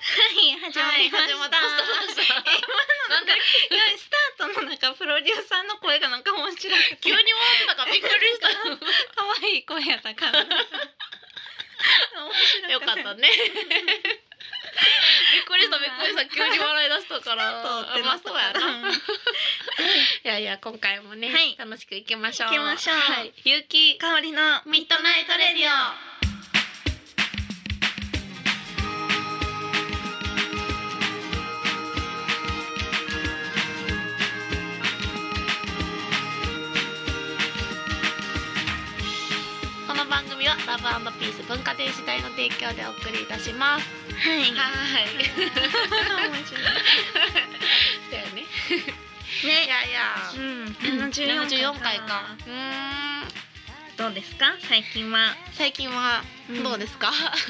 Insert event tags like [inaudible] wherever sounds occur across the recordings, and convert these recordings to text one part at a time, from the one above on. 始まはいりま始まし。ったた。 [laughs] なんかいやスタートのなんかプロデューサーの声がなんか面白くて急に終わってたからびっくりし可愛い声やったから面た。白 [laughs] よかったね。びっくりしたびっくり [laughs] した急に笑い出したから。とってまあそうやな。な。いやいや今回もね、はい楽しくいきましょう。行きましょうはい、ゆうき香りのミッドナイトレディオ。この番組はラブピース文化電子代の提供でお送りいたします。はい。はい。面白いだよね。いね。やいや。うん。七十四回回かか。。うーん。どうですか最近は。。最近はどうですすか？ [laughs] 私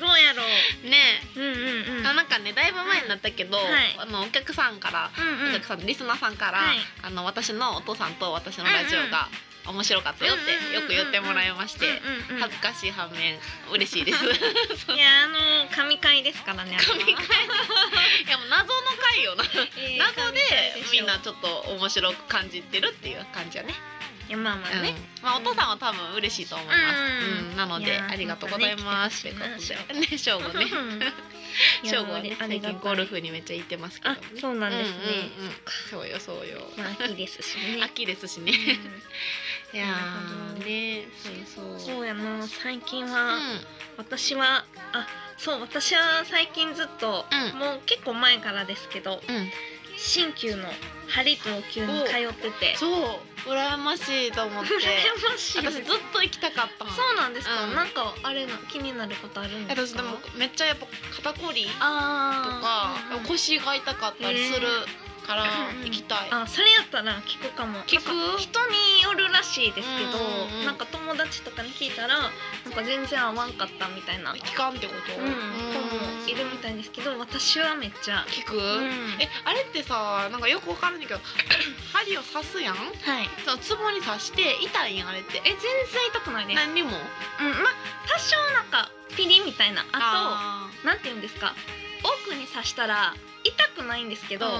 どうやろう。ねうんうんうえ、ん。あなんかねだいぶ前になったけど、はいあのお客さんから、うんおうん客。さんリスナーさんから、はいあの私のお父さんと私のラジオが面白かったよってよく言ってもらいまして、うんうんうん恥ずかしい反面 [laughs] 嬉し [laughs] いです。いやあの神回ですからね。神回いやもう謎の回よな。回謎でみんないちょっと面白く感じてるっていう感じよね。やまあまあね。うんまあお父さんは多分嬉しいと思います。うんうんなのいでやーありがとうございます。と本いう当こね来とてでね正午ね。いや正午はねありがたい最近ゴルフにめっちゃ行ってますけどあね。そうなんですね。うんうんうんそうよそうよ。まあ秋ですしね。秋ですしね。ういやーねそうそうんう。そん。うやな最近は、私はあそう私は最近ずっと、うんもう結構前からですけどうん、新旧の針と級に通っててそう羨ましいと思って。羨ましい私ずっと行きたかったもん。そうなんですか、うんなんかあれな気になることあるんです私かでもめっちゃやっぱ肩こりとかあーうんうん腰が痛かったりするからうん行きたい。あそれやったら聞くかも聞くなんか人によるらしいですけど、うんうんうんなんか友達とかに聞いたらなんか全然合わんかったみたいな、うん、聞かんってこと。子もいるみたいですけど私はめっちゃ、聞く、んえあれってさなんかよくわからないけど [clears throat] 針を刺すやんはいそうツボに刺して痛いやんあれってえ全然痛くないです、何にもうん、まあ多少なんかピリみたいなああとなんて言うんですか奥に刺したら痛くないんですけとど、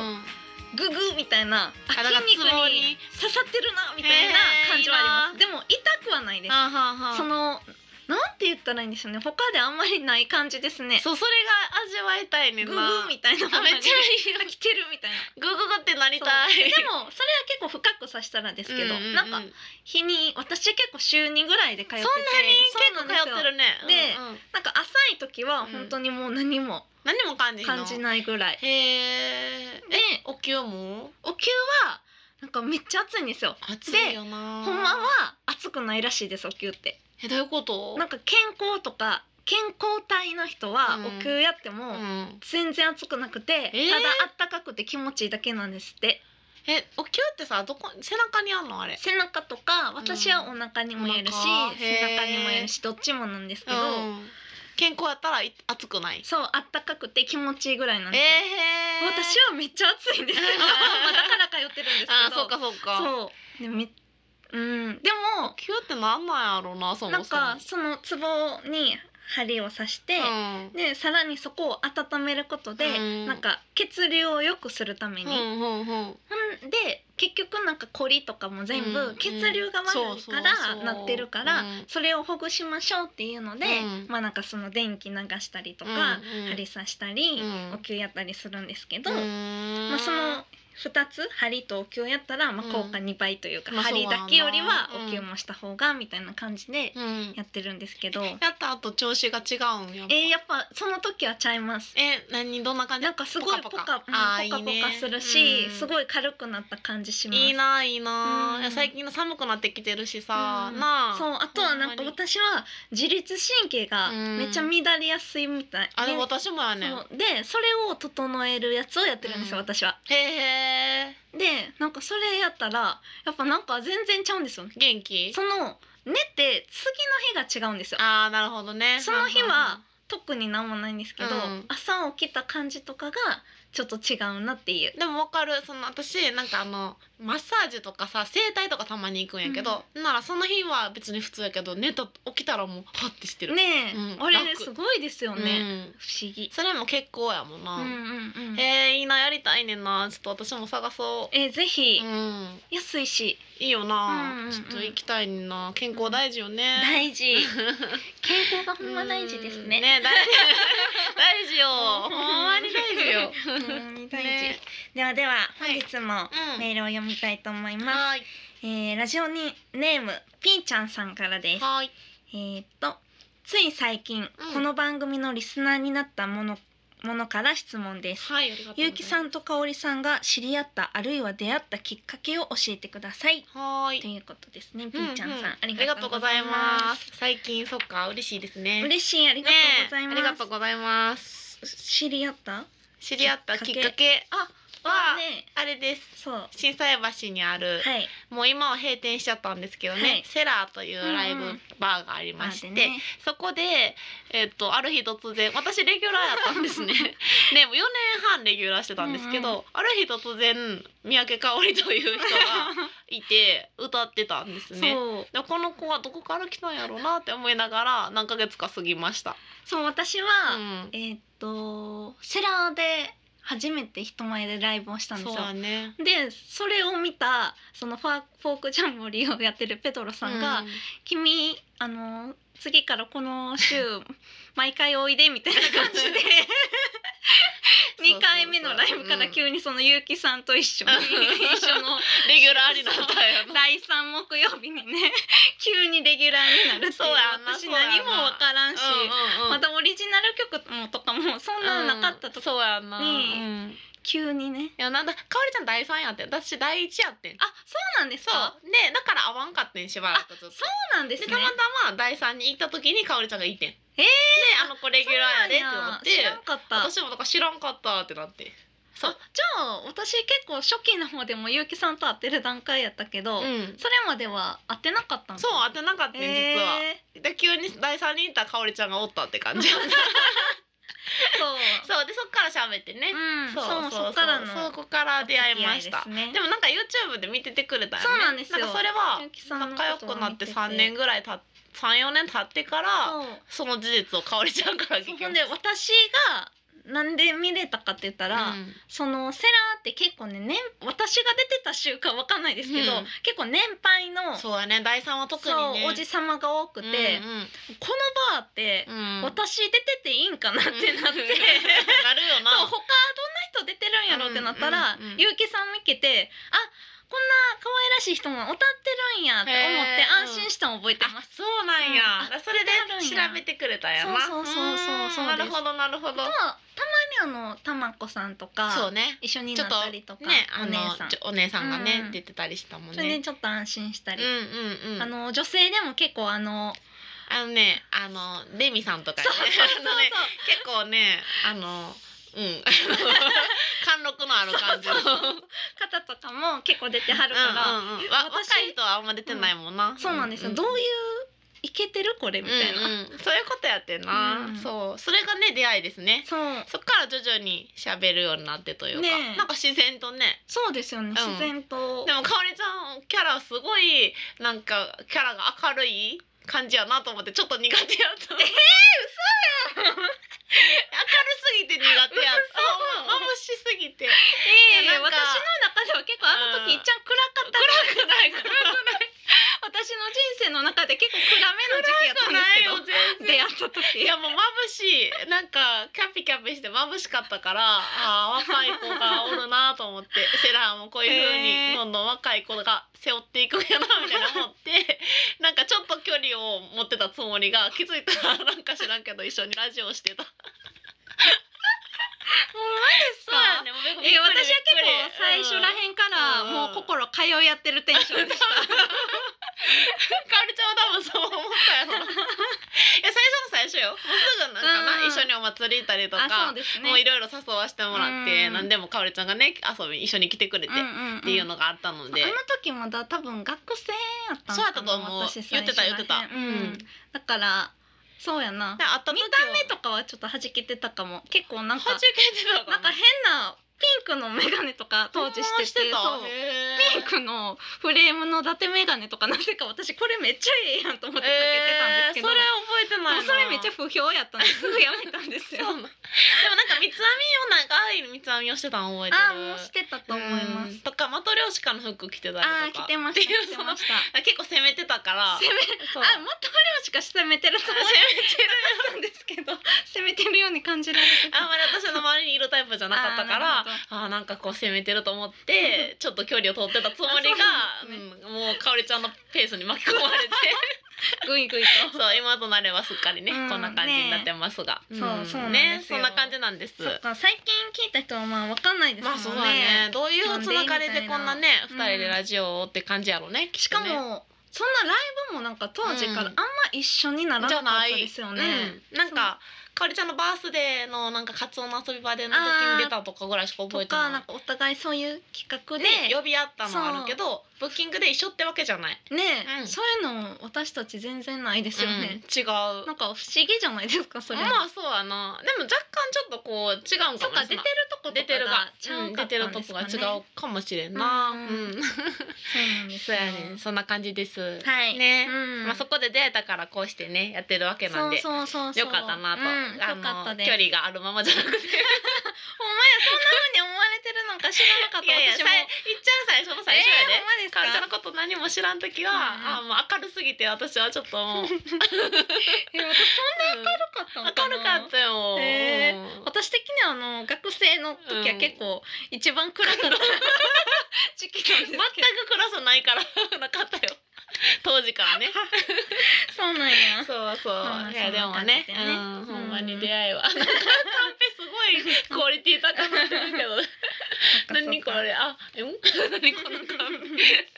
ググみたいなああだから筋肉ツボにに刺さってるなみたいな感じはあります、でも痛くはないですあはんはんそのなんて言ったらいいんですよね他であんまりない感じですねそうそれが味わいたいねんグなーみたいなあめっちゃいい [laughs] 来てるみたいなグググってなりたいでもそれは結構深く刺したらですけど、うううなんか日に私結構週2ぐらいで通っててそんなに結構そう通っなんでてすよるねでうんうんなんか浅い時は本当にもう何も何も感じんの感じないぐらい、へえでお灸もお灸はなんかめっちゃ暑いんですよ暑いよなほんまは暑くないらしいですお灸ってえどういうことなんか健康とか健康体の人はうんお灸やっても、うん全然暑くなくて、えーただあったかくて気持ちいいだけなんですってえお灸ってさどこ背中にあんのあれ背中とか私はお腹にもやるし、お腹へ背ー中にもやるしどっちもなんですけど、うん健康やったらい暑くない。そうあったかくて気持ちいいぐらいなんえですよ、私えはめっちゃ暑いんですよ [laughs] まあだから通ってるんですけどあーそうかそうか。う。そうでめうんでもキュってなんなんやろうなそもそも。なんかそのツボに針を刺して、うんでさらにそこを温めることで、うんなんか血流を良くするために、うんうんうん。ほんで結局なんかコリとかも全うんう部ん血流が悪いそかうそうそうらなってるからうんそれをほぐしましょうっていうのでうんまあなんかその電気流したりとかうんうん針刺したりうんお灸やったりするんですけどうまんあその2つ針とお灸やったらまあ効果2倍というかまあそう針やなだけよりはうんお灸もした方がみたいな感じでうんやってるんですけどやった後調子が違うんやっぱ。えーやっぱその時はちゃいます。え何どんな感じなん。かすごいポポカカポカうんポカポあーいいカポねカするしうんすごい軽くなった感じしますいい。ないいなう。んいや最近の寒くなってきてるしさ、うんなあ。そうあとはなんかほんまに私は自律神経がうんめっちゃ乱れやすいみたい、あでもで私もやねん。そうでそれを整えるやつをやってるんですよ、うん私は。へえでなんかそれやったらやっぱなんか全然ちゃうんですよ。元気？その寝て次の日が違うんですよ。ああなるほどね。その日うんうんうんは特になんもないんですけど、うん朝起きた感じとかがちょっと違うなっていう。でもわかるその私なんかあのマッサージとかさ整体とかたまに行くんやけど、ならその日は別に普通やけど寝た起きたらもうハッてしてるねえ、うんあれね楽すごいですよよね、ね、不思議うん。それも結構やもんな、うんうんうん。えー、いいなやりたいねんなちょっと私も探そえぜひ、ううん安いしいいよな、うんうんうんちょっと行きたいねんな健康大事よね、大事 [laughs] 健康がほんま大事ですね。うんね大 [laughs] 事大事よほうんんまに大事よほんまに大事、ねではでは本い日もうんメールを読みたいと思います。はいえーラジオにネームピーちゃんさんからです。はいえーっとつい最近、うんこの番組のリスナーになったものものから質問です。はいありがとうございますゆうきさんとかおりさんが知り合ったあるいは出会ったきっかけを教えてください。はーいということですね。ピーちゃんさん、ううありがとうございありがとうございま。ますす最近そっか嬉しいですね嬉しいありがとうございねまえす。ありがとうございます知り合った？知り合ったききっかっかけあは、ね、あれですそう。は震災橋にある、い。もう今は閉店しちゃったんですけどね、はいセラーというライうんうブんバーがありまして、あでねそこで、えっとある日突然私レギュラーやったんです [laughs] ねでも4年半レギュラーしてたんですけど、うんある日突然三宅香織という人が [laughs] いて歌ってたんですそう、ねでこの子はどこから来たんやろうなって思いながら何ヶ月か過ぎました。そう私は、うんえーっとセラーで初めて人前でライブをしたんですそうよ。だね。でそれを見たそのファフォークジャンボリーをやってるペトロさんが「う君あの次からこの週毎回おいで」みたいな感じで2回目のライブから急にその結城さんと一緒にうん一緒のレギュラーになったん [laughs] やな。第3木曜日にね [laughs] 急にレギュラーになるっていそううやんな私そうやんな何もわからんし、うんうんうんまたオリジナル曲もとかもそんなのなかったうんとか、そうやんな。ねえうん急にねいやなんだかおりちゃん第三やってん私第一やってんあそうなんですそうかでだから会わんかってんしばらくずっとそうなんですでねたまたま第三に行った時にかおりちゃんがいてんええーであの子レギュラーやでって知思らっんてかったあじ私もだから知らんかったってなってゃあ私結構初期の方でも結城さんと会ってる段階やったけど、んそれまでは会ってなかったんそう当てなかったん実は、えで急に第三に行ったらかおりちゃんがおったって感じ [laughs] そうーそうでそっから喋って [laughs] ね、うんそうそっからのそうこから出会いましたお付き合いですねでもなんか YouTube で見ててくれたよねそうなんですよかそれはゆきさんのこと仲良くなっを見ててて3年ぐらいた34年経ってからそうその事実をかおりちゃんから聞きほましたんで私がなんで見れたかって言ったら、うんそのセラーって結構ね年私が出てた週かわかんないですけど、うん結構年配のそうやね第三は特にねそうおじさまが多くて、このバーってうん、うんうん私出てていいんかなってなって、 [laughs] な [laughs] るよなそう他どんな人出てるんやろってなったら、うんうんうん結城さん見っけてあこんな可愛らしい人も歌ってるんやって思ってへー安心したの覚えてあます。そうなんうんや、あそれでそう調なんやべてくれたんやなそうそうそうそうんそうですなるほどなるほどとたまにあのたまこさんとか、そうね一緒になったりとかねあおの姉さん、ちょお姉さんがね、うん出てたりしたもんそれでねちょっと安心したうんり、うんうんあの女性でも結構あのあのね、あのレミさんとかね、そうそうそうあのね結構ね、あのうん、 [laughs] 貫禄のある感じの。方とかも結構出てはるから、うんうんうんわ若私い人はあんま出てないもんな。そうなんですよ、どういういけてるこれみみたいな、そういうことやってんな。うんそう、それがね出会いですね。そうそっから徐々に喋るようになってというか、ねえなんか自然とね。そうですよね、自然とでもかおりちゃんキャラすごいなんかキャラが明るい感じやなと思ってちょっと苦手やった。ええー、嘘やん。 [laughs] 明るすぎて苦手やった。嘘眩しすぎて。えいやなん私かの中では結構あの時いっちゃん暗かった、暗くない暗くない私の人生の中で結構暗めの時期やったんよですけど出全然。会った時いやもう眩しいなんかキャピキャピして眩しかったからあー若い子がおるなと [laughs] 思ってセラーもこういう風へーにどんどん若い子が背負っていくんやなみたいな思って [laughs] なんかちょっと距離を持ってたつもりが気づいたらなんか知らんけど一緒にラジオしてたほんまですそうやねもうびっくりえ私は結構最初らびっくりへんからうんもう心通いやってるテンションでしたうんかおりちゃんは多分そう思ったやろい [laughs] や最初の最初よもうすぐなんかな、うんうん一緒にお祭り行ったり [laughs] とかあそうですねもういろいろ誘わしてもらって、うん何でもかおりちゃんがね遊び一緒に来てくれてっんんんていうのがあったので、あの時まだ多分学生やったんそうやったと思う私言ってた言ってた、最初らへんうん、だからそうやなで会った時は見た目とかはちょっと弾けてたかも結構なんはかじけてたなんかかな変なピンクのメガネとか当時しててそうピンククのフレームの伊達メガネとかなぜか私これめっちゃええやんと思ってかけてたんですけど、それ覚えてないなでもそれめっちゃ不評やったんですぐやめたんですそうよ。なんでもなんか三つ編みをなんかああいう三つ編みをしてたの覚えてる [laughs] あーもうしてたと思いまうんす。とかマトリョーシカの服着てたりとかああー着てましたっていう着てそのました。 [laughs] 結構攻めてたから攻めそう [laughs] あもっと量しか攻めてると思ってたんですけど攻めてるように感じられてあんまり私の周りにいるタイプじゃなかったからあーなるあーなんかこう攻めてると思ってちょっと距離を取ってたつもりあそうなんが、うんもうかおりちゃんのペースに巻き込ま [laughs] れてグイグイそう今となればすっかりね、うんこんな感じになってますが、ねそうそうなんねですそよんな感じなんですと。そっか最近聞いた人はまあわかんないですまあもそうんだねね。どういうつながりでこんなねな二んでみたいな人でラジオをって感じやろうねきしっとかねもそんなライブもなんか当時からあんま一緒にならなじかゃっないたですよね。うんなんかかおりちゃんのバースデーのなんかカツオの遊び場での時に出たとかぐらいしか覚えとてなかいなんかお互いそういう企画でで呼び合ったのはあるけどブッキングで一緒ってわけじゃないねうんそういうの私たち全然ないですよね。うん違うまなんか不思議じゃないですかそれ。あそうやなでも若干ちょっとこう違うんそかっもかし出てれるないとことか出てるがちゃううんか出ったてるんとですこかがね違うかもしれんなうんうんそうなんですそうよやねんそんな感じですはい。ねうん、まあそこで出会えたからこうしてねやってるわけなんでそうそうそうそうよかったなと、うん、よあかったので距す。お前離があるままじゃなくてそんな風に思われてるのか知らなかった。いやいや私さも。いっちゃん最初の最初やえー、で、ほんまですかかおりちゃんのこと何も知らん時は、あうもう明るすぎて私はちょっと [laughs] もううんえ私そんな明るかったのか明な。るかったよ、へーうん私的にはあの学生の時は結構一番暗か [laughs] った、時期なんですけ全どく暗さないから [laughs] なかったよ当時からね [laughs] そうなんや [laughs] そうそう、まあいやでもねそんな感じでねうんうんほんまに出会いは [laughs] なんかカンペすごいクオリティ高 [laughs] くなってるけど何これあえん [laughs] 何このカンペ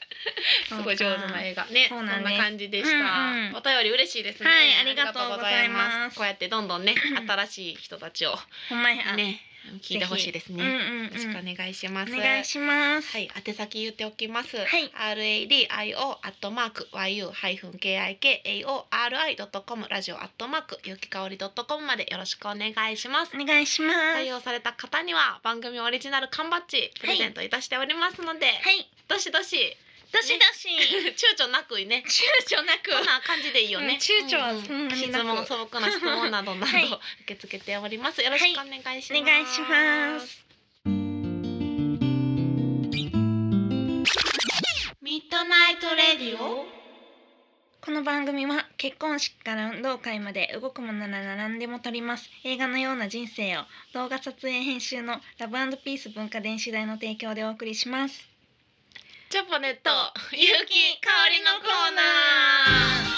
すごい上手な絵映画ね、そそうんなんなです感じでした、うんうんお便り嬉しいですね。はいありがとうございますありがとうござこうやってどんどんね、新しい人たちをほんまや、ね、聞いてほしいですうんうんね。うんよろしくお願いします。お願いしますはい、宛先言っておきます。はい、 R. A. D. I. O. アットマーク Y. U. ハイフン K. I. K. A. O. R. I. ドットコムラジオアットマークゆきかおりドットコムまでよろしくお願いします。お願いします採用された方には番組オリジナル缶バッジプレゼントいたしておりますので、はいどしどしどしどし、躊躇なくね躊躇なくこんな感じでいいようんね。躊躇はそんなに質なく問素朴な質問などなどはい受け付けております。よろしくお願いします。お願いします。ミッドナイトレディオ。この番組は結婚式から運動会まで動くものなら何でも撮ります映画のような人生を動画撮影編集のラブピース文化電子代の提供でお送りしますジャポネット、ゆきかおりのコーナー。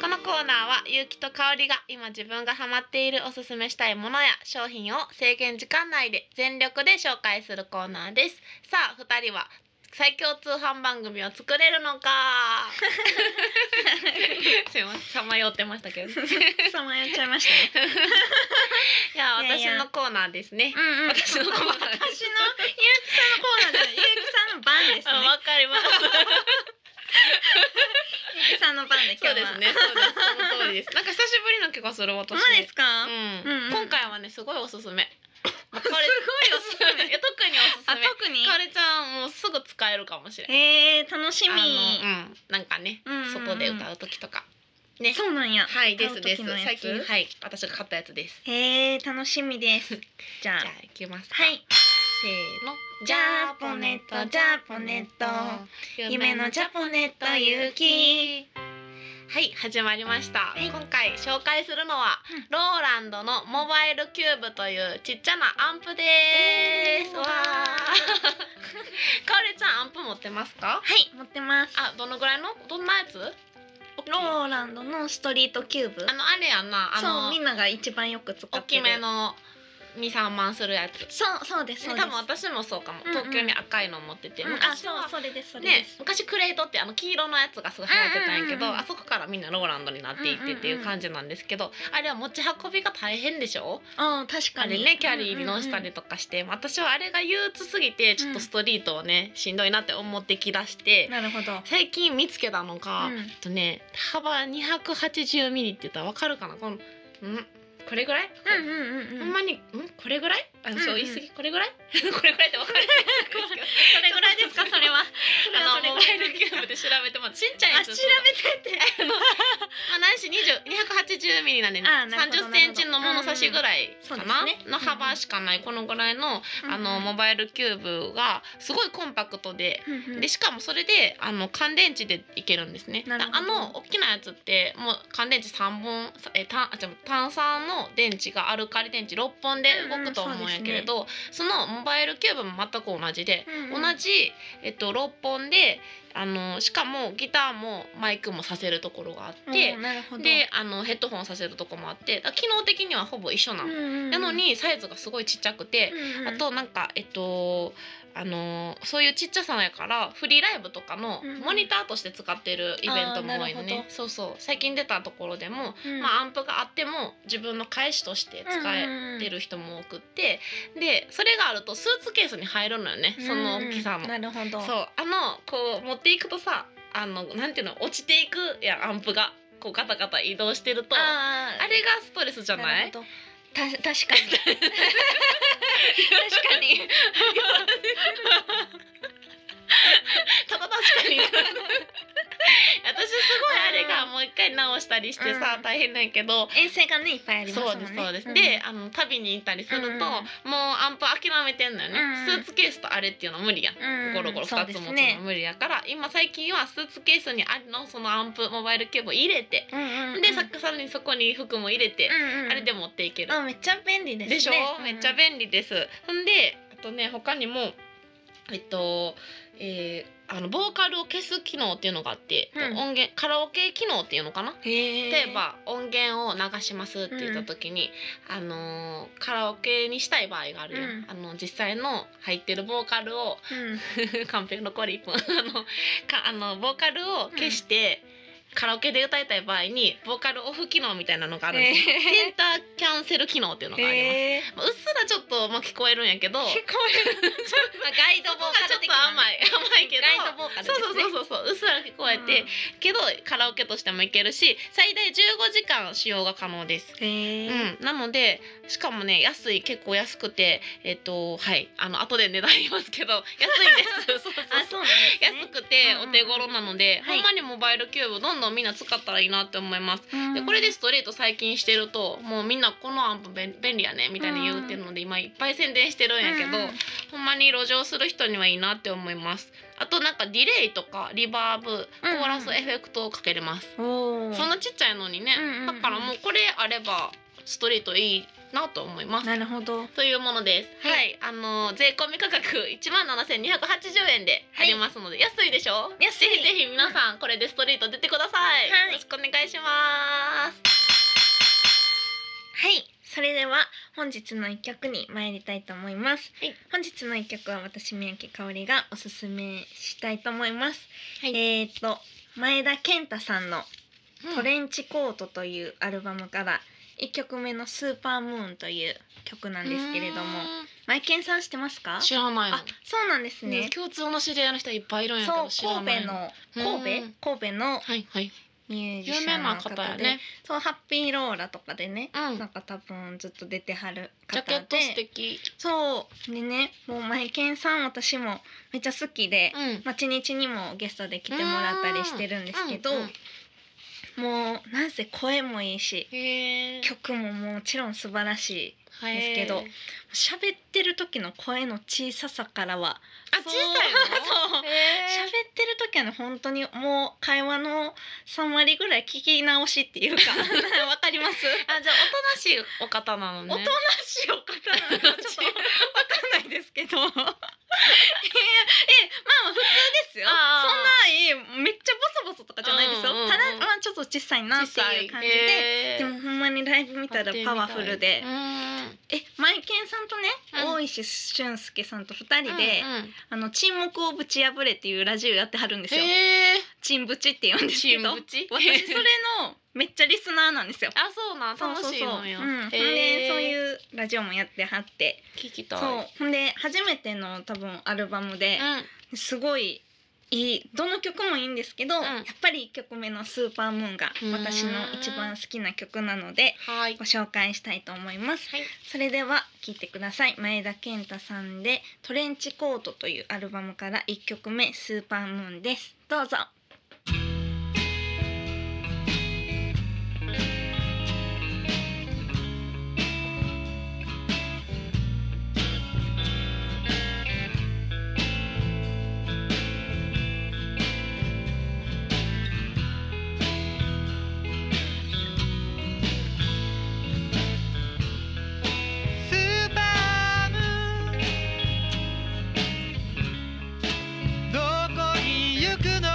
このコーナーはゆうきとかおりが今自分がハマっているおすすめしたいものや商品を制限時間内で全力で紹介するコーナーですさあ二人は最強通販番組を作れるのか [laughs] すいませんさまよってました [laughs] けどいさまよっちゃいましたねやいやい私やのコーナーですねうんうん [laughs] 私のコーナ私ーのゆうきさんのコーナーでゆうきさんの番ですあねわかりますゆうきさんの番で今そう日ではすね。そうです。その通りです。なんか久しぶりの気がする私。ほんまですか、うあん。うんうん今回はねすごいおすす [laughs] め。まあすごいおすすめいや特におすすめ。特にかおりちゃんもうすぐ使えるかもしれん。えー、楽しみ、あのうん。なんかね、うんうんうん外で歌う時とか。ね。そうなんやはいですです歌う時のやつ最近はい私が買ったやつです。へえー、楽しみですじゃあじゃあ行きますか。はいせーの。ジャポネットジャポネッ夢のジャポネットゆうきはい始まりました、い今回紹介するのは、うんローランドのモバイルキューブというちっちゃなアンプですおーわー [laughs] かおりちゃんアンプ持ってますかはい持ってますあどのぐらいのどんなやつローランドのストリートキューブあのあれやんなあそのうみんなが一番よく使ってる大きめの23万するやつそうそうですそうで多す分私もそうかも、うんうん東京に赤いの持ってて、うんあ昔はそうそれですそれねです、昔クレイトってあの黄色のやつがすごい流行ってたんやけど、うんうんうんうんあそこからみんなローランドになっていってっていう感じなんですけど、あれは持ち運びが大変でしょあ確かあにれねキャリーに乗したうんうんりとかして、私はあれが憂鬱すぎてちょっとストリートをねしんどいなって思ってきだしてうん、なるほど最近見つけたのが、うんえっとね幅280ミリって言ったらわかるかなこのんこれぐらい、うんうんうんほうんん。まに、うん、これぐらい、あ、うんうそんう、言い過ぎ、これぐらい。 [laughs] これぐらいってわかるんないですけど。それぐらいですか [laughs] それは。あの、モバイルゲームで。で調べても、ちっちゃいあや調つ。べてって。まあ、何し、二十、二百八十ミリなんでねあ、な三るほ十どセンチの物差しぐらいかなうんうんそうです。ねの幅しかない、このぐらいの、あの、モバイルキューブが、すごいコンパクトで。うんうん、でしかもそれであの乾電池でいけるんですね。なるほどあの大きなやつってもう乾電池三本さえ炭あ違う炭酸の電池がアルカリ電池六本で動くと思うんやけれど、そのモバイルキューブも全く同じで、うんうん同じえっと六本であのしかもギターもマイクもさせるところがあってうん、なるほど。であのヘッドホンさせるところもあって、だから機能的にはほぼ一緒なうんの。うんうん、なのにサイズがすごいちっちゃくて。うんうん、あとなんかえっとあのーそういうちっちゃさなんやからフリーライブとかのうんうんモニターとして使ってるイベントも多いのあーなるねほ、どそうそう最近出たところでも、うん、まあ、アンプがあっても自分の返しとして使えてるる人も多くってでそれがあるとスーツケースに入るのよねその大きさの。なるほど。そうあのこう持っていくとさあのなんていうの落ちていくやんアンプがこうガタガタ移動してるとああーれがストレスじゃなないるほどた確かに確 [laughs] かにただ確かに私すごいあれがもう一回直したりしてさ、うん大変なんやけど。遠征がねいっぱいありますもそんうでね。すそうです、んであの旅に行ったりすると、うんうんもうアンプ諦めてんのよね、うんうんスーツケースとあれっていうのは無理やん、うんゴロゴロそ2うつです持つのね。無理やから、今最近はスーツケースにありのそのアンプモバイルケーブル入れて、うんうんうんでささらにそこに服も入れて、うんうん、あれで持っていけるあめっちゃ便利ですね。でしょ、めっちゃ便利です。ほんであとね他にもえっと、えーあのボーカルを消す機能っていうのがあって、うん音源カラオケ機能っていうのかな。利。へえ。例えば音源を流しますって言った時に、あのーカラオケにしたい場合があるよ、うんあの実際の入ってるボーカルを [laughs] うん、完璧残り1分 [laughs] あのかあのボーカルを消して、カラオケで歌いたい場合にボーカルオフ機能みたいなのがあるんですよ、へーセンターキャンセル機能っていうのがあります。へえ。まあうっすらちょっと、まあ、聞こえるんやけど [laughs] 聞まこあえる。まあガイドボーカちルょっと的なね甘い甘いけどガイドボーカルですね。そうそうそうそうそううっすら聞こえて、けどカラオケとしてもいけるし最大15時間使用が可能です。うん。へうえ。ん、なのでしかもね安い結構安くてえっとはいあの後で値段言いますけど安い [laughs] んですそうそうあそうなんですね。安くてうんうおん手頃なので、はいほんまにモバイルキューブどんどんみんな使ったらいいなって思います。うんでこれでストレート最近してるともうみんなこのアンプ便便利やねみたいに言うてるので今いっぱい宣伝してるんやけど、うんほんまに路上する人にはいいなって思いますあとなんかディレイとかリバーブコうんーラスエフェクトをかけれます、おお。そんなちっちゃいのにね、うんうんうんだからもうこれあればストレートいいなと思いますなるほど。というものです。は、はいあのー税込み価格一万七千二百八十円であはいりますので、安いでしょ。安いぜひぜひ皆さんこれでストリート出てください。はいよろしくお願いします。はい、それでは本日の一曲に参りたいと思います。はい本日の一曲は私三宅香織がおすすめしたいと思います。はいえっ、と前田健太さんのトうんレンチコートというアルバムから一曲目のスーパームーンという曲なんですけれども、マイケンさん知ってますか？知らないのあ、。そうなんですね。共通の知り合いの人いっぱいいるんやけそどう知らない神戸の。のうん神戸神戸のはいはい。ミュージ有シ名ャンのな方方で、やね。そうハッピーローラとかでね、うんなんか多分ずっと出てはるジ方ャケでット素敵。そうでねもうマイケンさん私もめっちゃ好きでう、ん。まあ、ちにちにもゲストで来てもらったりしてるんですけど、うんうんもうなんせ声もいいしへえ。曲ももちろん素晴らしいですけどへー喋ってる時の声の小ささからはあ小さいそうの。へ喋ってる時はね本当にもう会話の3割ぐらい聞き直しっていう [laughs] かわかりますーあじゃあおとなしいお方なのね。おとなしいお方なのかちょっとわかんないですけ [laughs] どいやいやえまあまあ普通ですよそんああなえめっちゃボソボソとかじゃないですよ、うんうんうんただまあちょっと小さいなっていう感じで、へーでもほんまにライブ見たらパワフルでう、んえマイケンさんとね、うん大石俊介さんと2人で、うんうんあの沈黙をぶち破れっていうラジオやってはるんですよへえ沈ぶちって言うんですチけームどうち私それのめっちゃリスナーなんですよ。あそうなん楽しいのよそうそうそううん、へでそうういうラジオもやってはって聞きたそいうほんで初めての多分アルバムでうんすごいいいどの曲もいいんですけど、んやっぱり1曲目の「スーパームーン」が私の一番好きな曲なのではいご紹介したいと思いますはいそれでは聴いてください前田健太さんで「トレンチコート」というアルバムから1曲目「スーパームーン」ですどうぞスーパームーンどこに行くの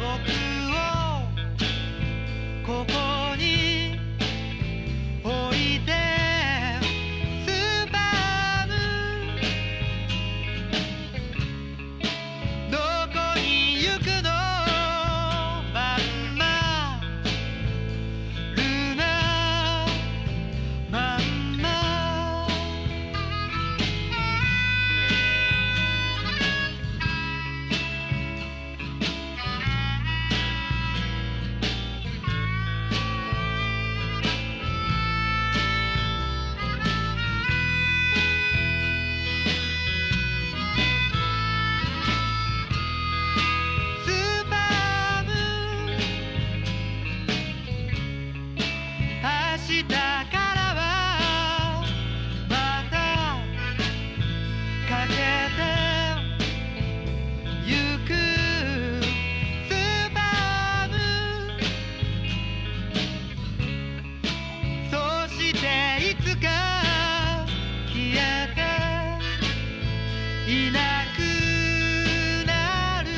僕をここに置いてスーパームーンどこに行くのまんまルナまんまスーパームーン明日からはまたかけてゆくスーパームーンそしていつか消えていなくなる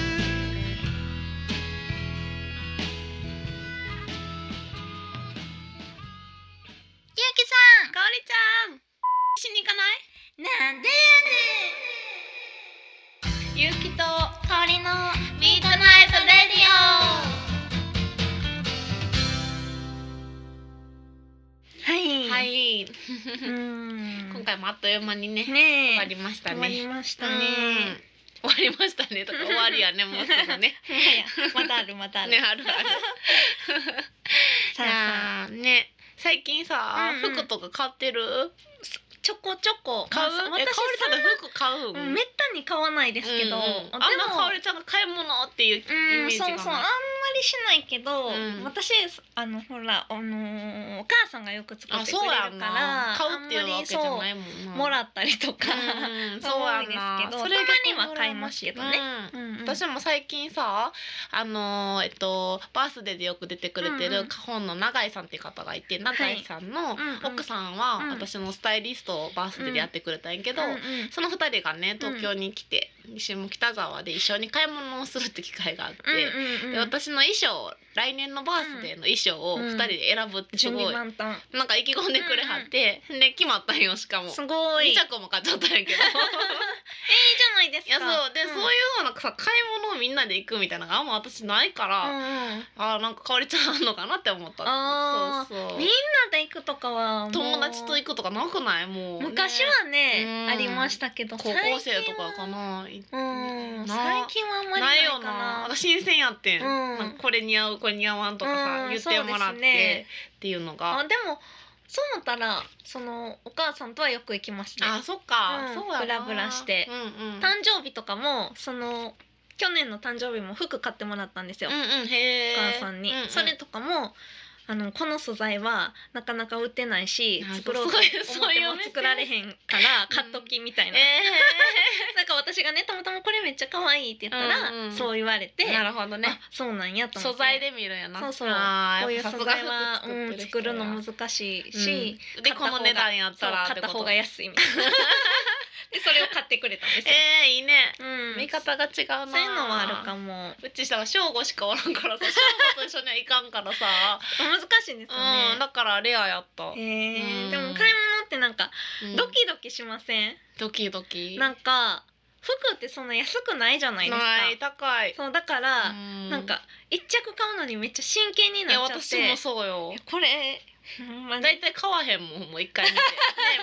ゆうきさんかおりちゃんしに行かないなんでゆうきとやねん香りのミートナイトレディはい、オは、いうーん今回もあっという間にねねえ終わりました終わりねましうたねん終わりました [laughs] ねとか終わりやねもうすぐねもはやまたあるまたある、ねあるあるさあさああね最近さ、うんうん服とか買ってるちょこちょこ買うまあえ私かおりちゃんそんな服買ううんめったに買わないですけど、うんうんあんでまもかおりちゃんが買い物っていうイうメーん、ジそがうなそいうあんまりしないけど、うん私あのほらあのーお母さんがよく作っあてくそうやれんるなから買うっていうわけじゃないもんあなんまりそうもらったりとか、うん [laughs] うんがそうやんな多いですけどそれがたまには買いますけどねうんうんうん私も最近さあのーえっとバースデーでよく出てくれてうんうるん花本の永井さんっていう方がいて永井さんのうんうん奥さんはうん私のスタイリストをバースデーでやってくれたんやけど、うんうんその二人がね東京に来て、下北沢で一緒に買い物をするって機会があって、うんうんで私の衣装来年のバースデーの衣装をうん二人で選ぶってす準ごい、備万端なんか意気込んでくれはって、で決まったんよしかも。すごいいい2じゃ着も買っちゃったんや [laughs] けどないですいかやそうで、そういういようなさ買い物をみんなで行くみたいなのがあんま私ないかうんら、うんあーなんか香りちゃんあんのかなって思ったあーそうそうみんなで行くとかはもう友達と行くとかなくないもう、ね昔はねうあんりましたけど高校生とかかな行最っ近はうんな最近はあんまりなないいよかなな私新鮮やってん,、うんなんかこれ似合うこれ似合わんとかさ、うん言ってもらっそうですて、ねっていうのがあでもそう思ったらそのお母さんとはよく行きますねあそっか、うんそうやなブラブラしてうんうん、誕生日とかもその去年の誕生日も服買ってもらったんですよ、うんうんへえお母さんに、ううそれとかもあのこの素材はなかなか売ってないしあ作ろうと思そうっいうてそういう目も線作られへんから買っときみたいえな、 [laughs] なんか私がねたまたまこれめっちゃ可愛いって言ったら、うんうんそう言われて [laughs] ー、なるほどねあそうなんやと思っ素て材で見るんやなそうそうあーこういやうっぱさ素すが材は服うん作作るる人のや難しいうんし、買でったこ方がの値段やっそうたら買った方がえ安いみたい [laughs] なでそれを買ってくれたんですよ、えー、いいね、うん見方が違うなそういうのはあるかもうちさ正午しかおらん [laughs] からさ正午と一緒にはいかんからさ、難しいですようんだからレアやっねへた、うんえでも買い物ってなんかうんドキドキしません、ドキドキなんか服ってそんな安くないじゃないですかない高いそうだから、うなんか一着買うのにめっちゃ真剣にいやなっちゃって私もそうよこれほんまにだいたい買わへんもんもう一回見 [laughs] て、ね、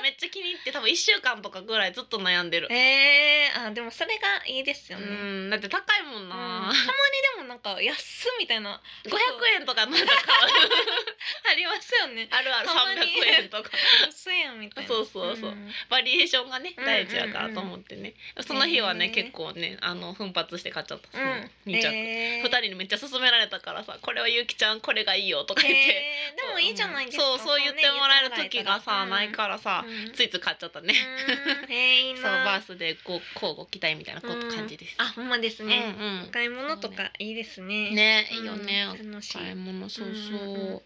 めっちゃ気に入って多分1週間とかぐらいずっと悩んでるえー、あでもそれがいいですよね、うんうんだって高いもんたまな、にでもなんか安みたいな500円とかまだ買うありますよ [laughs] ねあるあるたまに300円とか安いやんみたいなそうそうそうんバリエーションがねうん大事やからと思ってね、その日はね、へー結構ねあの奮発して買っちゃった、うん2着、えー2人にめっちゃ勧められたからさ「これはゆきちゃんこれがいいよ」とか言って、えーでもいいじゃないですか、そうそう言ってもらえる時がさ、ないら、からさ、うんついつい買っちゃったね、うんえーいい [laughs] そうバなースでこう交互期待みたいなこううん感じです、あほんまですうんね、うんお買い物とかいいですねねいいよね、うん楽し買いい物そうそう、うんうんうん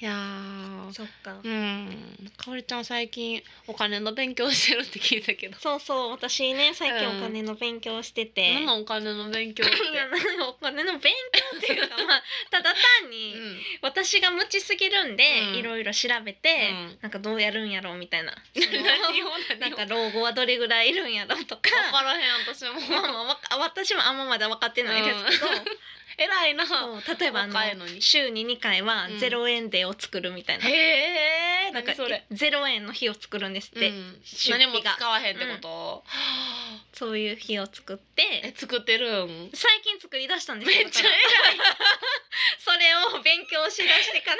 いやーそっか、うんかおりちゃん最近お金の勉強してるって聞いたけどそうそう私ね最近うんお金の勉強してて、何のお金の勉強って、いやなんかお金の勉強っていうかまあただ単にうん私が無知すぎるんで、うんいろいろ調べて、うんなんかどうやるんやろうみたいな何をそのな何んをか老後はどれぐらいいるんやろうとか分からへん [laughs] 私まあもまあわか私もあんままだ分かってないですけど、偉いなそう例えばあの若いのに週に2回はうん0円デーを作るみたいな、へえなんか何それ0円の日を作るんですって、うん出何も費が使わへんってこと、はあそういう日を作っえて作ってるん最近作り出したんですめよっちゃだからそれを勉強しだしてから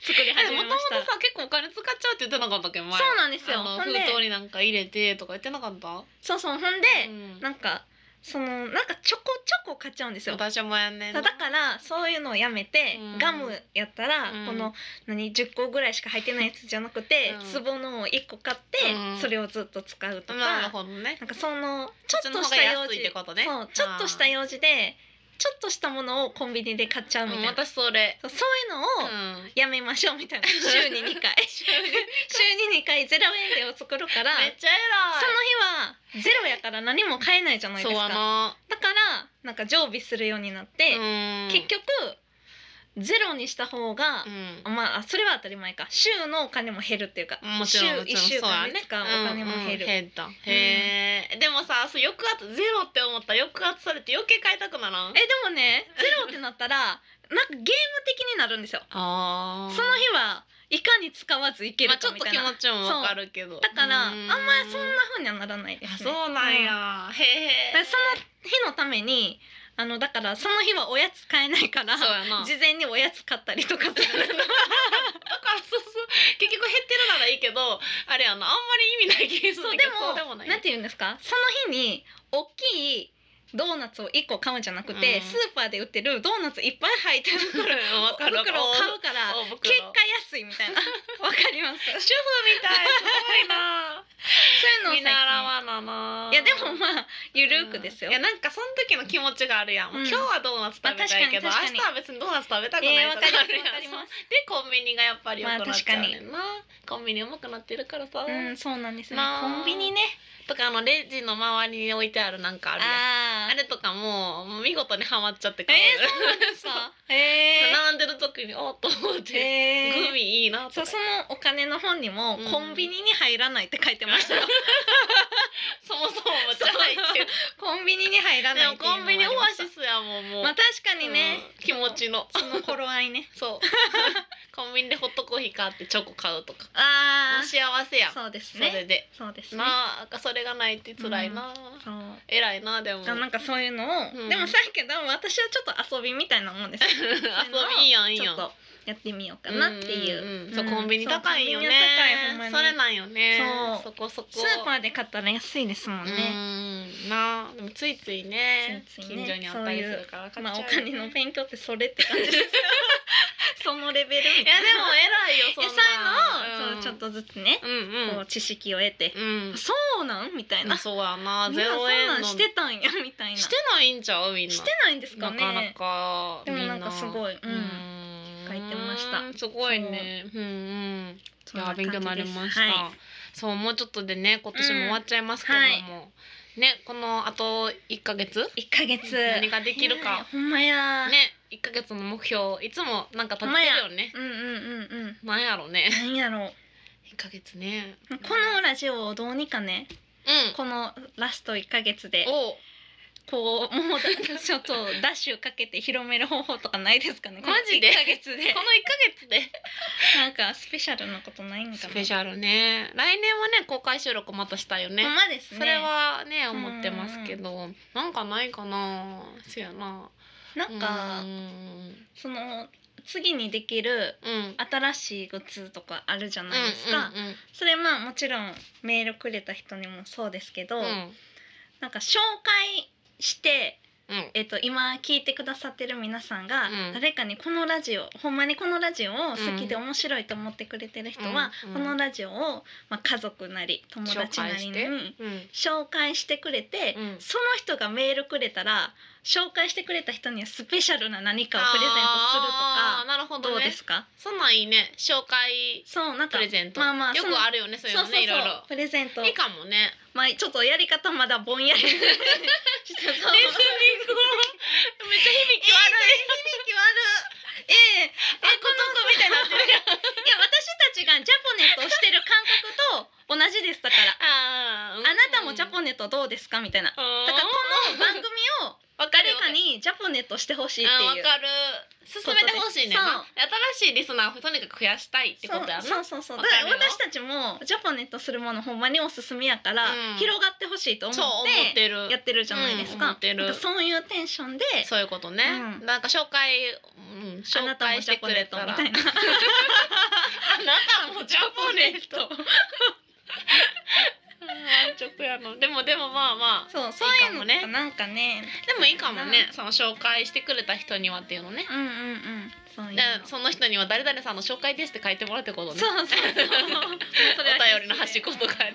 作り偉い始もめともましたとさ結構お金使っちゃうって言ってなかったっけ前そうなんですよあのほん封で筒になんか入れてとか言ってなかったそうそうほんで、うんなんかそのなんかちょこちょこ買っちゃうんですよ。だ私もやんねんなからそういうのをやめて、うんガムやったら、うんこの何10個ぐらいしか入ってないやつじゃなくて、うん壺のを1個買って、うんそれをずっと使うとか、なるほどねなんかそのちょっそっちのと方しがた用安い事ってことねそうちょっとした用事でちょっとしたものをコンビニで買っちゃうみたいうんな、私それそうそうういうのをんやめましょうみ [laughs] たいな、週に2回週に2回ゼロ円でを作るからめっちゃその日はゼロやから何も買えないじゃな偉いいですやか。なだからなんか常備するようになって、うん結局ゼロにした方がう、んまあそれは当たり前か週のお金も減るっていうかもち週ろんもち1週ろんそうや間ねで使うお金も減る。うんうん減ったへえ、でもさそう抑圧ゼロって思ったら抑圧されて余計買いたくならえんでもねゼロってなったらなんかゲーム的になるんですよ。あそーの日はいかに使わずいけまるあちかょっみとたい気な、持ちもわかるけどだからあうんまりそんな風にはならないです、ね、あそうなうんや、へだからえその日のためにあのだからその日はおやつ買えないからそうやな事前におやつ買ったりと [laughs] かするだからそうそう結局減ってるならいいけどあれやなあんまり意味ない気がすそうるでけどもそうでもないなんて言うんですかその日に大きいドーナツを1個買うんじゃなくて、うんスーパーで売ってるドーナツいっぱい入ってる袋をうん [laughs] わかる袋を買うからお袋結果安いみた [laughs] いなわかります主婦みたいすごいなそうい [laughs] 見うのを最近習わなないやでもまあゆるくですよ、うんいやなんかその時の気持ちがあるやん、もううん今日はドーナツ食べたいけど、まあ確かに明日は別にドーナツ食べたくないえーわとかりかまあするわかやりん、ますでコンビニがやっぱり良くなっちゃうねんな、コンビニうまくなってるからさ、うんそうなんですよ、なあコンビニねとかあのレジの周りに置いてあるなんかあるやんああれとかももう見事にはまっちゃってえ買うーそうなんですかえー並んでる時におっと思 [laughs] って、えーグミいいなとそうかそのお金の本にも、うんコンビニに入らないって書いてましたよそもそもめっちゃ入ってる [laughs] コンビニに入らでないもっていうコのンもありビニまオアしたシスやもんもう、まあ確かにね、うん気持ちのその頃合いね [laughs] そうコンビニでホットコーヒー買ってチョコ買うとかあもう幸せやんそ,、そうですれねでそうですねなんかそれがないって辛いな、そう偉いなでも遊あ [laughs] なんかそういうのを、うんでもさっきでも私はちょっと遊びみたいな [laughs] もんですよびいいやんいいちやょんっとやってみようかなっていう,うん、んんんそうコンビニ高いよねそうコンビニは高いほんまにそれなんよねそそこそこスーパーで買ったら安いですもんね、うんなあでもついついねついついね近所にあったりするから買っまあちおゃうよ金ねの勉強ってそれって感じですよ [laughs] そのレベルみいやたいでもな偉いよそんえなそういうのを、うんそうちょっとずつね、うんこう知識を得て、うんそうなんみたいうんな、そう [laughs] やなみんゼなそロんな円んのしてたんやみたいなしてないんちゃうみんなしてないんですかねなかなかでもなんかすごいうんうん書いてましたすごいねうんうんいそんや感じです勉強になりました、はいそうもうちょっとでね今年も終わっちゃいますけれども、ねこのあと一ヶ月一ヶ月何ができるいやかほんまや、ね一ヶ月の目標いつもなんか立ってるよねうんうんうんうんなんやろねなんやろ一ヶ月ねうこのラジオをどうにかねうんこのラスト一ヶ月でおこうもうだちょっとダッシュかけて広める方法とかないですかねこのマジで1ヶ月で [laughs] この1ヶ月でなんかスペシャルなことないんかなスペシャルね来年はね公開収録またしたいよねほんまですねそれはね思ってますけど、なんかないかなそうやななんかうんその次にできるうん新しいグッズとかあるじゃないですか、うんうんうんそれまあもちろんメールくれた人にもそうですけど、うんなんか紹介して、うんえっと今聞いてくださってる皆さんが、うん誰かにこのラジオほんまにこのラジオを好きで面白いと思ってくれてる人は、うんこのラジオを、まあ、家族なり友達なりに紹介してうんうん紹介してくれて、うんその人がメールくれたら紹介してくれた人にはスペシャルな何かをプレゼントあーなるすほるとかどどうでねすかそんなんいいね紹介そうなんプかレゼント、まあまあよくそのあるよねそういうのねそうそうそういろいプレゼントろいいかもねまあちょっとやり方まだぼ [laughs] んやりしてたと思うネズミ語めっちゃ響き悪い、気悪いえええこの子みたいになってるやんいや私たちがジャポネットをしてる感覚と同じですだから [laughs] ああなたもジャポネットどうですかみたいなだだからこの番組をわかる誰よかにジャポネットしてほしいってあいわうかる進めてほしいねんなそう新しいリスナーをとにかく増やしたいってことやなそうそうそうそうわだかからるよ私たちもジャポネットするものほんまにおすすめやから、うん広がってほしいと思っそう思っててるやってるじゃないですうん思か,、ってるなんかそういうテンションでそういうことね、うんなんか紹介、うん、あ紹なたも介しジてャポくネれットたらみたいなあなたもジャポネット安直やのでもでもまあま [laughs] あそうそういうのといいかかもなんかねでもいいかもねその紹介してくれた人にはっていうのね、うんうんうんそういうでのその人には誰々さんの紹介ですって書いてもらうってことねそうそうそう [laughs] お便りの端っこととかに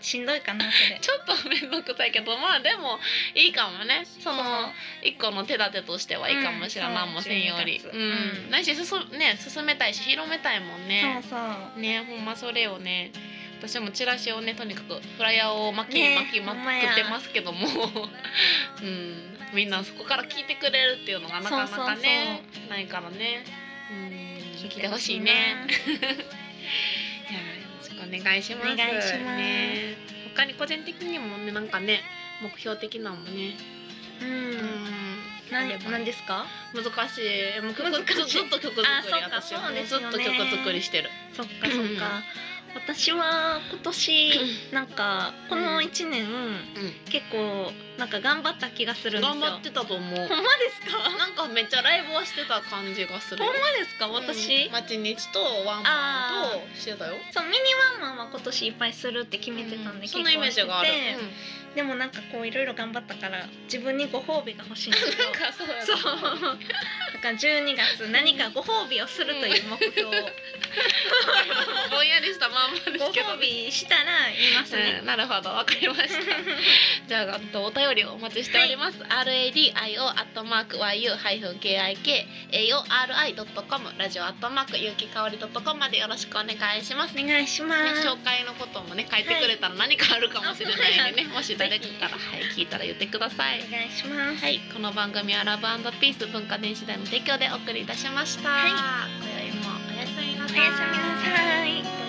しんどいかなそれちょっと面倒くさいけどまあでもいいかもねその一個の手立てとしてはいいかもしれない、うんなんもせんよりそうう、うんんないし進,、ね、進めたいし広めたいもんねそうそうねほんまそれをね私もチラシをねとにかくフライヤーを巻きにね巻きまくってますけども、 [laughs] うん、みんなそこから聞いてくれるっていうのがなかなかねないからね、うん、聞いてほしいね。いやよろしくお願いします。お願いしますね、他に個人的にもねなんかね目標的なのもね、ううんあれば何何ですか難しい。もう曲難しいずずっと曲作りあそっか私はそうですよねずっと曲作りしてる。そっかそっか。私は今年なんかこの一年う結構なんか頑張った気がするんん、です頑よ。張ってたと思う。ほんまですか？なんかめっちゃライブはしてた感じがするほん。まですか？私。うん町日とワンマンとしてたよ。そうミニワンマンは今年いっぱいするって決めてたんで、う結そ構んなイメージがある。しててうんでもなんかこういろいろ頑張ったから自分にご褒美が欲しいん [laughs] ですよなんかそうやそうと [laughs] 思だうから12月何かご褒美をするという目標を、ぼんやりしたまんまですけどごね。褒美したら言いますねうん、なるほどわかりましたじゃああとお便りをお待ちしております、RADIO アットマーク YU-KIKAORI.com ラジオアットマークゆうきかおり .com までよろしくお願いします、ね、 [laughs] お願いします、紹介のこともね書いてくれたら何かあるかもしれないんでね、もし誰かから、はい、聞いたら言ってくださいお願いします、はい、この番組はラブピース文化電子代の提供でお送りいたしました、はい今宵もおやすみなさおいやすみなさい